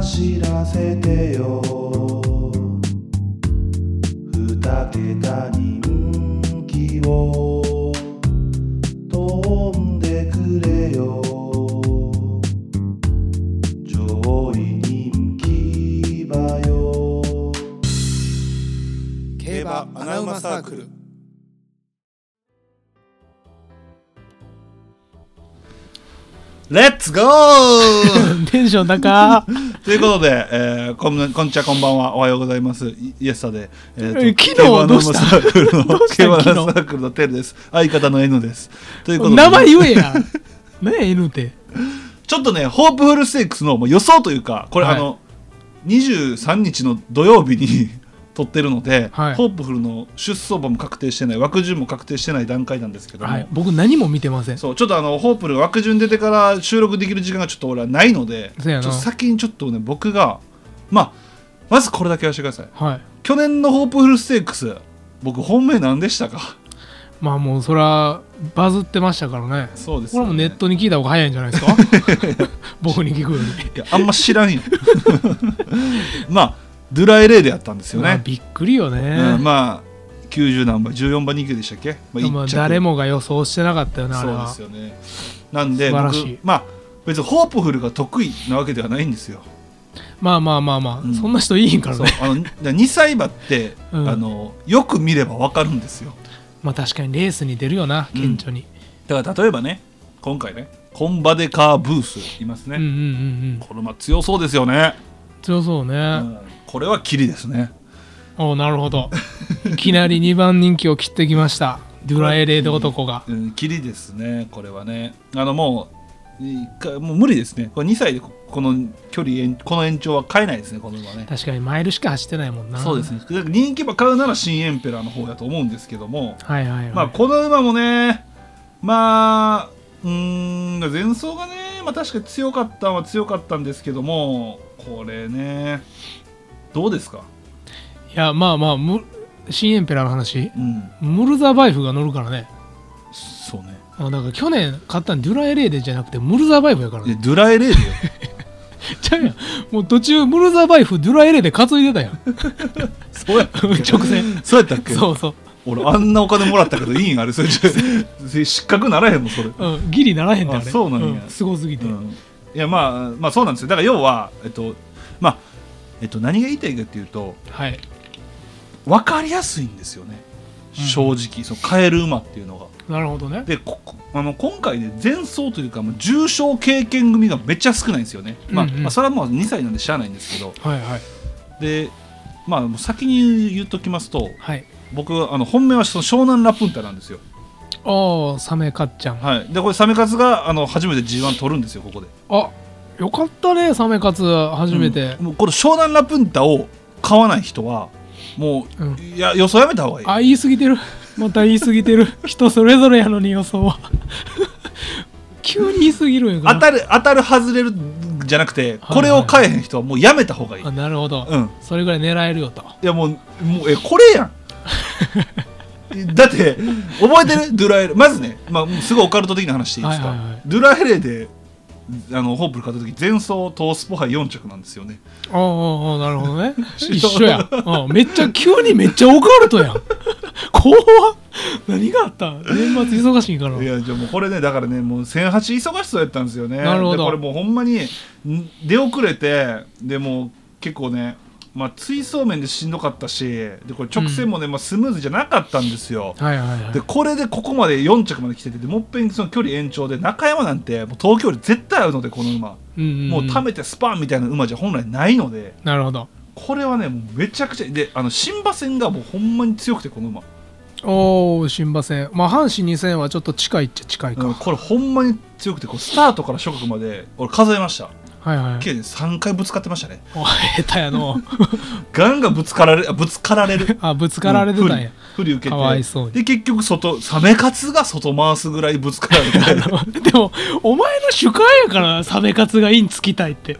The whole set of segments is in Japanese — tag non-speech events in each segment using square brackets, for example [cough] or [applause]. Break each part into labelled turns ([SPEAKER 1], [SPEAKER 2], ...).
[SPEAKER 1] 走らせてよ二桁人気を飛んでくれよ上位人気馬よ
[SPEAKER 2] 競馬アナウマサークル
[SPEAKER 1] レッツゴー
[SPEAKER 3] [laughs] テンション高
[SPEAKER 1] [laughs] ということで、えー、こんこんにちはこんばんはおはようございますイイエスタで、えーと
[SPEAKER 3] え昨日
[SPEAKER 1] 競馬の
[SPEAKER 3] どうした
[SPEAKER 1] サークル
[SPEAKER 3] [laughs]
[SPEAKER 1] の
[SPEAKER 3] どうした
[SPEAKER 1] 競馬の
[SPEAKER 3] 昨日
[SPEAKER 1] サークルのテルです相方の N ですということで
[SPEAKER 3] 名前言え
[SPEAKER 1] [laughs]
[SPEAKER 3] や何や N って
[SPEAKER 1] ちょっとねホープフルステークスのもう予想というかこれ、
[SPEAKER 3] はい
[SPEAKER 1] あの23日の土曜日に [laughs] 撮ってるので、
[SPEAKER 3] はい
[SPEAKER 1] ホープフルの出走馬も確定してない枠順も確定してない段階なんですけども、
[SPEAKER 3] はい僕何も見てません
[SPEAKER 1] そうちょっとあのホープル枠順出てから収録できる時間がちょっと俺はないので
[SPEAKER 3] そうやな
[SPEAKER 1] ちょっと先にちょっとね僕がまあまずこれだけはしてください
[SPEAKER 3] はい
[SPEAKER 1] 去年のホープフルステークス僕本命何でしたか
[SPEAKER 3] まあもうそらバズってましたからね
[SPEAKER 1] そうです
[SPEAKER 3] これ
[SPEAKER 1] よ
[SPEAKER 3] は
[SPEAKER 1] ね
[SPEAKER 3] もうネットに聞いた方が早いんじゃない
[SPEAKER 1] [laughs]
[SPEAKER 3] ですか僕に聞くより
[SPEAKER 1] いやあんま知らんよ [laughs] まあドゥラエレーでやったんですよ
[SPEAKER 3] まあ
[SPEAKER 1] ね、
[SPEAKER 3] びっくりよね、
[SPEAKER 1] うん、まあ90何番14番人気でしたっけ、まあ
[SPEAKER 3] でも
[SPEAKER 1] 一着
[SPEAKER 3] 誰もが予想してなかったよねあれ
[SPEAKER 1] そう
[SPEAKER 3] は
[SPEAKER 1] ですよねなんで
[SPEAKER 3] 素晴らしい
[SPEAKER 1] 僕まあ別にホープフルが得意なわけではないんですよ
[SPEAKER 3] まあまあまあまあ、
[SPEAKER 1] うん
[SPEAKER 3] そんな人いいんから
[SPEAKER 1] そう
[SPEAKER 3] ね
[SPEAKER 1] あの2歳馬って、
[SPEAKER 3] うん
[SPEAKER 1] あのよく見れば分かるんですよ
[SPEAKER 3] まあ確かにレースに出るよな
[SPEAKER 1] うん
[SPEAKER 3] 顕著に、
[SPEAKER 1] だから例えばね今回ねコンバデカーブースいますね、
[SPEAKER 3] うん、うんうんうん
[SPEAKER 1] この馬強そうですよね、
[SPEAKER 3] 強そうね、
[SPEAKER 1] うんこれはキリですね
[SPEAKER 3] おなるほどいきなり2番人気を切ってきましたドゥラエレード男が
[SPEAKER 1] うん、キリですね、これはね。あのもう、一回もう無理ですね。これ2歳でここの距離延、この延長は変えないですね、この馬ね。
[SPEAKER 3] 確かにマイルしか走ってないもんな
[SPEAKER 1] そうですね。だから人気馬買うなら新エンペラーの方やと思うんですけども、
[SPEAKER 3] はいはいはい、
[SPEAKER 1] まあこの馬もね、まあ、うーん、前走がね、まあ確かに強かったは強かったんですけども、これね、どうですか
[SPEAKER 3] いやまあまあむ新エンペラーの話
[SPEAKER 1] うん、
[SPEAKER 3] ムルザバイフが乗るからね
[SPEAKER 1] そうね。
[SPEAKER 3] あだから去年買ったのドゥラエレーデじゃなくてムルザバイフやから
[SPEAKER 1] で、
[SPEAKER 3] ね
[SPEAKER 1] ドゥラエ [laughs] レーデよ。
[SPEAKER 3] ちゃうやんもう途中ムルザバイフドゥラエレーデ担いでたや
[SPEAKER 1] [laughs]
[SPEAKER 3] ん
[SPEAKER 1] そうやったっけ
[SPEAKER 3] 直線
[SPEAKER 1] そうやったっ
[SPEAKER 3] [laughs]
[SPEAKER 1] け
[SPEAKER 3] そうそう、
[SPEAKER 1] 俺あんなお金もらったけどいいんあれそれ [laughs] ちょ失格ならへんもんそれ、
[SPEAKER 3] うん、ギリならへんであれ
[SPEAKER 1] あそうなんや
[SPEAKER 3] すごすぎて、
[SPEAKER 1] うんいやまあまあそうなんですよだから要はえっとまあえっと何が言いたいかっていうと
[SPEAKER 3] はい
[SPEAKER 1] 分かりやすいんですよね
[SPEAKER 3] うん
[SPEAKER 1] 正直、その買える馬っていうのが
[SPEAKER 3] なるほどね
[SPEAKER 1] でここあの今回ね前走というかもう重症経験組がめっちゃ少ないんですよね、まあ
[SPEAKER 3] うんうん
[SPEAKER 1] まあそれはもう2歳なんでしゃあないんですけど
[SPEAKER 3] はいはい
[SPEAKER 1] でまあもう先に言っときますと
[SPEAKER 3] はい
[SPEAKER 1] 僕あの本命はその湘南ラプンタなんですよ
[SPEAKER 3] ああサメかっちゃん
[SPEAKER 1] はい、でこれサメカツがあの初めて G1 取るんですよここで
[SPEAKER 3] あよかったねサメカツ初めて、
[SPEAKER 1] うんもうこの湘南ラプンタを買わない人はもう、
[SPEAKER 3] うん
[SPEAKER 1] いや予想やめた方がいい
[SPEAKER 3] あ言い過ぎてるまた言い過ぎてる人それぞれやのに予想は [laughs] 急に言い過ぎるんやから
[SPEAKER 1] 当たる当たる外れるじゃなくてこれを買えへん人はもうやめた方がいい、
[SPEAKER 3] あなるほど、
[SPEAKER 1] うん
[SPEAKER 3] それぐらい狙えるよと
[SPEAKER 1] いやもうもうえこれや
[SPEAKER 3] [laughs]
[SPEAKER 1] んだって覚えてるドゥラエレまずね、まあ、すごいオカルト的な話していいですか、
[SPEAKER 3] はいはいはい
[SPEAKER 1] ドゥラエレであのホープル買った時前走とスポハイ4着なんですよね
[SPEAKER 3] ああああなるほどね [laughs] 一緒やあめっちゃ急にめっちゃオカルトやん [laughs] 怖っ何があったん年末忙しいから
[SPEAKER 1] いやじゃあもうこれねだからねもう1008忙しそうやったんですよね
[SPEAKER 3] なるほど
[SPEAKER 1] でこれもうほんまにん出遅れてでもう結構ねまあ追走面でしんどかったしでこれ直線もね、まあ、スムーズじゃなかったんですよ、
[SPEAKER 3] はいはいはい
[SPEAKER 1] でこれでここまで4着まで来ててでもっぺんその距離延長で中山なんてもう東京より絶対合うのでこの馬、
[SPEAKER 3] うんうんん
[SPEAKER 1] もうためてスパンみたいな馬じゃ本来ないので
[SPEAKER 3] なるほど
[SPEAKER 1] これはねもうめちゃくちゃであの新馬戦がもうほんまに強くてこの馬
[SPEAKER 3] おお新馬戦まあ阪神2000はちょっと近いっちゃ近いか、
[SPEAKER 1] うんこれほんまに強くてこうスタートから初角まで俺数えました
[SPEAKER 3] はいはい
[SPEAKER 1] 計3回ぶつかってましたね
[SPEAKER 3] お下手や
[SPEAKER 1] [laughs]
[SPEAKER 3] の
[SPEAKER 1] ガンガンぶつかられあぶつかられる
[SPEAKER 3] [laughs] あぶつかられてたんや、
[SPEAKER 1] 振り受けて
[SPEAKER 3] かわいそうに
[SPEAKER 1] で結局外サメカツが外回すぐらいぶつかられて
[SPEAKER 3] [laughs] でもお前の主観やからサメカツがインつきたいって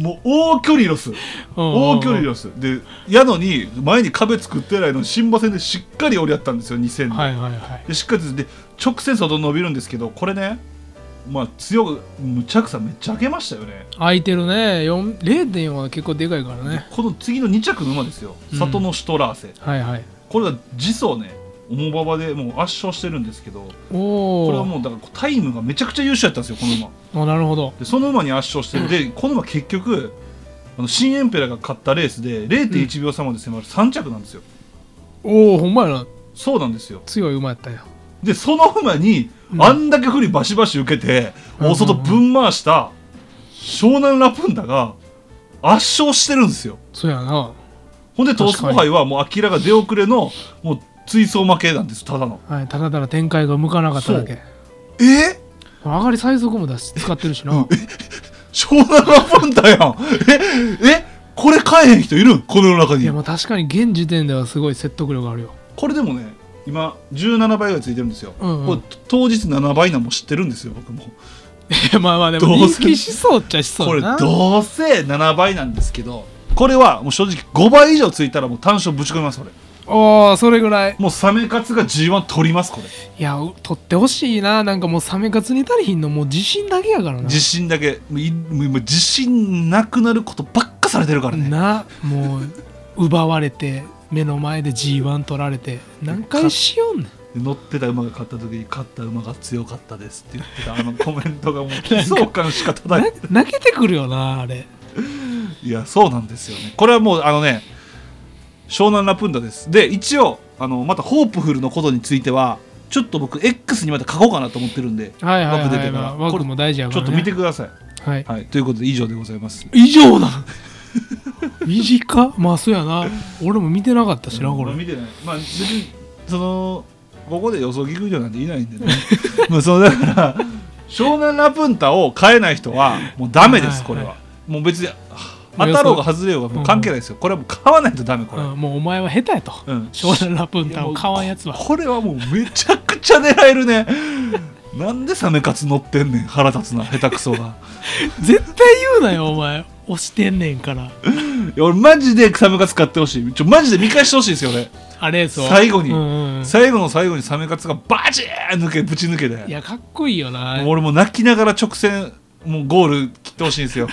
[SPEAKER 1] もう大距離ロス大距離ロスでやのに前に壁作ってないのに新馬戦でしっかり折り合ったんですよ2000で,、
[SPEAKER 3] はいはいはい
[SPEAKER 1] でしっかりで直線外伸びるんですけどこれねまあ強くむちゃくさめっちゃ開けましたよね
[SPEAKER 3] 空いてるね4 0.4は結構でかいからね
[SPEAKER 1] この次の2着の馬ですよ
[SPEAKER 3] うん
[SPEAKER 1] 里のシュトラーセ、
[SPEAKER 3] はいはい
[SPEAKER 1] これが次走ね重馬場でもう圧勝してるんですけど
[SPEAKER 3] お
[SPEAKER 1] これは
[SPEAKER 3] お
[SPEAKER 1] もうだからタイムがめちゃくちゃ優秀やったんですよこの馬
[SPEAKER 3] あなるほど
[SPEAKER 1] でその馬に圧勝してるでこの馬結局あの新エンペラーが勝ったレースで0.1秒差まで迫る3着なんですよ、
[SPEAKER 3] おおほんまやな
[SPEAKER 1] そうなんですよ
[SPEAKER 3] 強い馬やったよ
[SPEAKER 1] でその馬に
[SPEAKER 3] うん
[SPEAKER 1] あんだけ不利バシバシ受けて、
[SPEAKER 3] うん
[SPEAKER 1] 大外ぶん回した湘南ラプンタが圧勝してるんですよ
[SPEAKER 3] そうやな
[SPEAKER 1] ほんでトースポ杯はもうアキラが出遅れのもう追走負けなんですただの
[SPEAKER 3] はい、ただただ展開が向かなかっただけ
[SPEAKER 1] え
[SPEAKER 3] 上がり最速も出し使ってるし
[SPEAKER 1] [laughs]
[SPEAKER 3] な
[SPEAKER 1] 湘南ラプンタやんええこれ買えへん人いるんこの世の中
[SPEAKER 3] い
[SPEAKER 1] に
[SPEAKER 3] やまあ確かに現時点ではすごい説得力ある
[SPEAKER 1] [laughs]
[SPEAKER 3] よ
[SPEAKER 1] これでもね今17倍ぐらいついてるんですよ、
[SPEAKER 3] うんうん
[SPEAKER 1] これ当日7倍なんも知ってるんですよ僕も
[SPEAKER 3] いやまあまあでも
[SPEAKER 1] どう
[SPEAKER 3] 人
[SPEAKER 1] せ
[SPEAKER 3] 気しそうっちゃしそ
[SPEAKER 1] こ
[SPEAKER 3] う
[SPEAKER 1] れ
[SPEAKER 3] やな
[SPEAKER 1] どうせ7倍なんですけどこれはもう正直5倍以上ついたらもう単勝ぶち込みますこれ
[SPEAKER 3] おおそれぐらい
[SPEAKER 1] もうサメカツが G1 取りますこれ
[SPEAKER 3] いや取ってほしいななんかもうサメ活に足りひんのもう自信だけやからな
[SPEAKER 1] 自信だけもういもう今自信なくなることばっかされてるからね
[SPEAKER 3] なもう奪われて目の前で G1 取られて何回しよんねん
[SPEAKER 1] 乗ってた馬が勝った時に勝った馬が強かったですって言っ
[SPEAKER 3] [laughs]
[SPEAKER 1] てたあのコメントがもう悲壮感しか漂って
[SPEAKER 3] な泣けてくるよなあれ
[SPEAKER 1] いやそうなんですよねこれはもうあのね湘南ラプンダですで一応あのまたホープフルのことについてはちょっと僕 X にまた書こうかなと思ってるんで
[SPEAKER 3] はいはい
[SPEAKER 1] 枠出
[SPEAKER 3] は
[SPEAKER 1] て
[SPEAKER 3] い、
[SPEAKER 1] か
[SPEAKER 3] ま
[SPEAKER 1] ら
[SPEAKER 3] あ、ワークも大事や
[SPEAKER 1] ち
[SPEAKER 3] か
[SPEAKER 1] ょ
[SPEAKER 3] ら、
[SPEAKER 1] っ
[SPEAKER 3] ね、
[SPEAKER 1] と見てください、
[SPEAKER 3] はい
[SPEAKER 1] はい、ということで以上でございます
[SPEAKER 3] 以上だ [laughs] 短っまあそうやな俺も見てなかったしなこ
[SPEAKER 1] まあ
[SPEAKER 3] れ
[SPEAKER 1] 見てないまあ別にそのここで予想聞く人なんていないんでね [laughs] まあそのだから湘南ラプンタを買えない人はもうダメですこれは、
[SPEAKER 3] はい
[SPEAKER 1] もう別に当たろうが外れようがもう関係ないですよ、これはもう買わないとダメこれ、
[SPEAKER 3] うん、もうお前は下手やと、
[SPEAKER 1] うん
[SPEAKER 3] 湘南ラプンタを買わんやつは
[SPEAKER 1] これはもうめちゃくちゃ狙えるね [laughs] なんでサメカツ乗ってんねん腹立つな下手くそが
[SPEAKER 3] 絶対言うなよお前押してんねんから
[SPEAKER 1] いや俺マジでサメカツ買ってほしいちょマジで見返してほしいですよね
[SPEAKER 3] あれそう
[SPEAKER 1] 最後に
[SPEAKER 3] うんうんうん
[SPEAKER 1] 最後の最後にサメカツがバチーン抜けぶち抜け
[SPEAKER 3] い
[SPEAKER 1] て
[SPEAKER 3] やかっこいいよな
[SPEAKER 1] もう俺もう泣きながら直線もうゴール切ってほしいんです
[SPEAKER 3] [laughs]
[SPEAKER 1] よ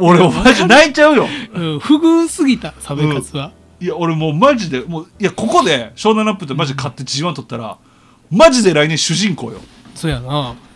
[SPEAKER 1] 俺もうマジ泣いちゃうよ
[SPEAKER 3] うん、不遇すぎたサメカツは、
[SPEAKER 1] いや俺もうマジでもういやここで湘南ラップってマジで買って G1 取ったらマジで来年主人公よ
[SPEAKER 3] そうやな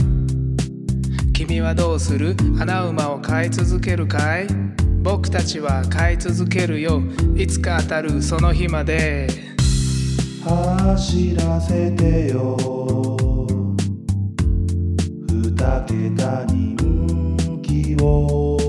[SPEAKER 2] 君はどうする穴馬を飼い続けるかい僕たちは買い続けるよいつか当たるその日まで
[SPEAKER 4] 走らせてよ二桁人気を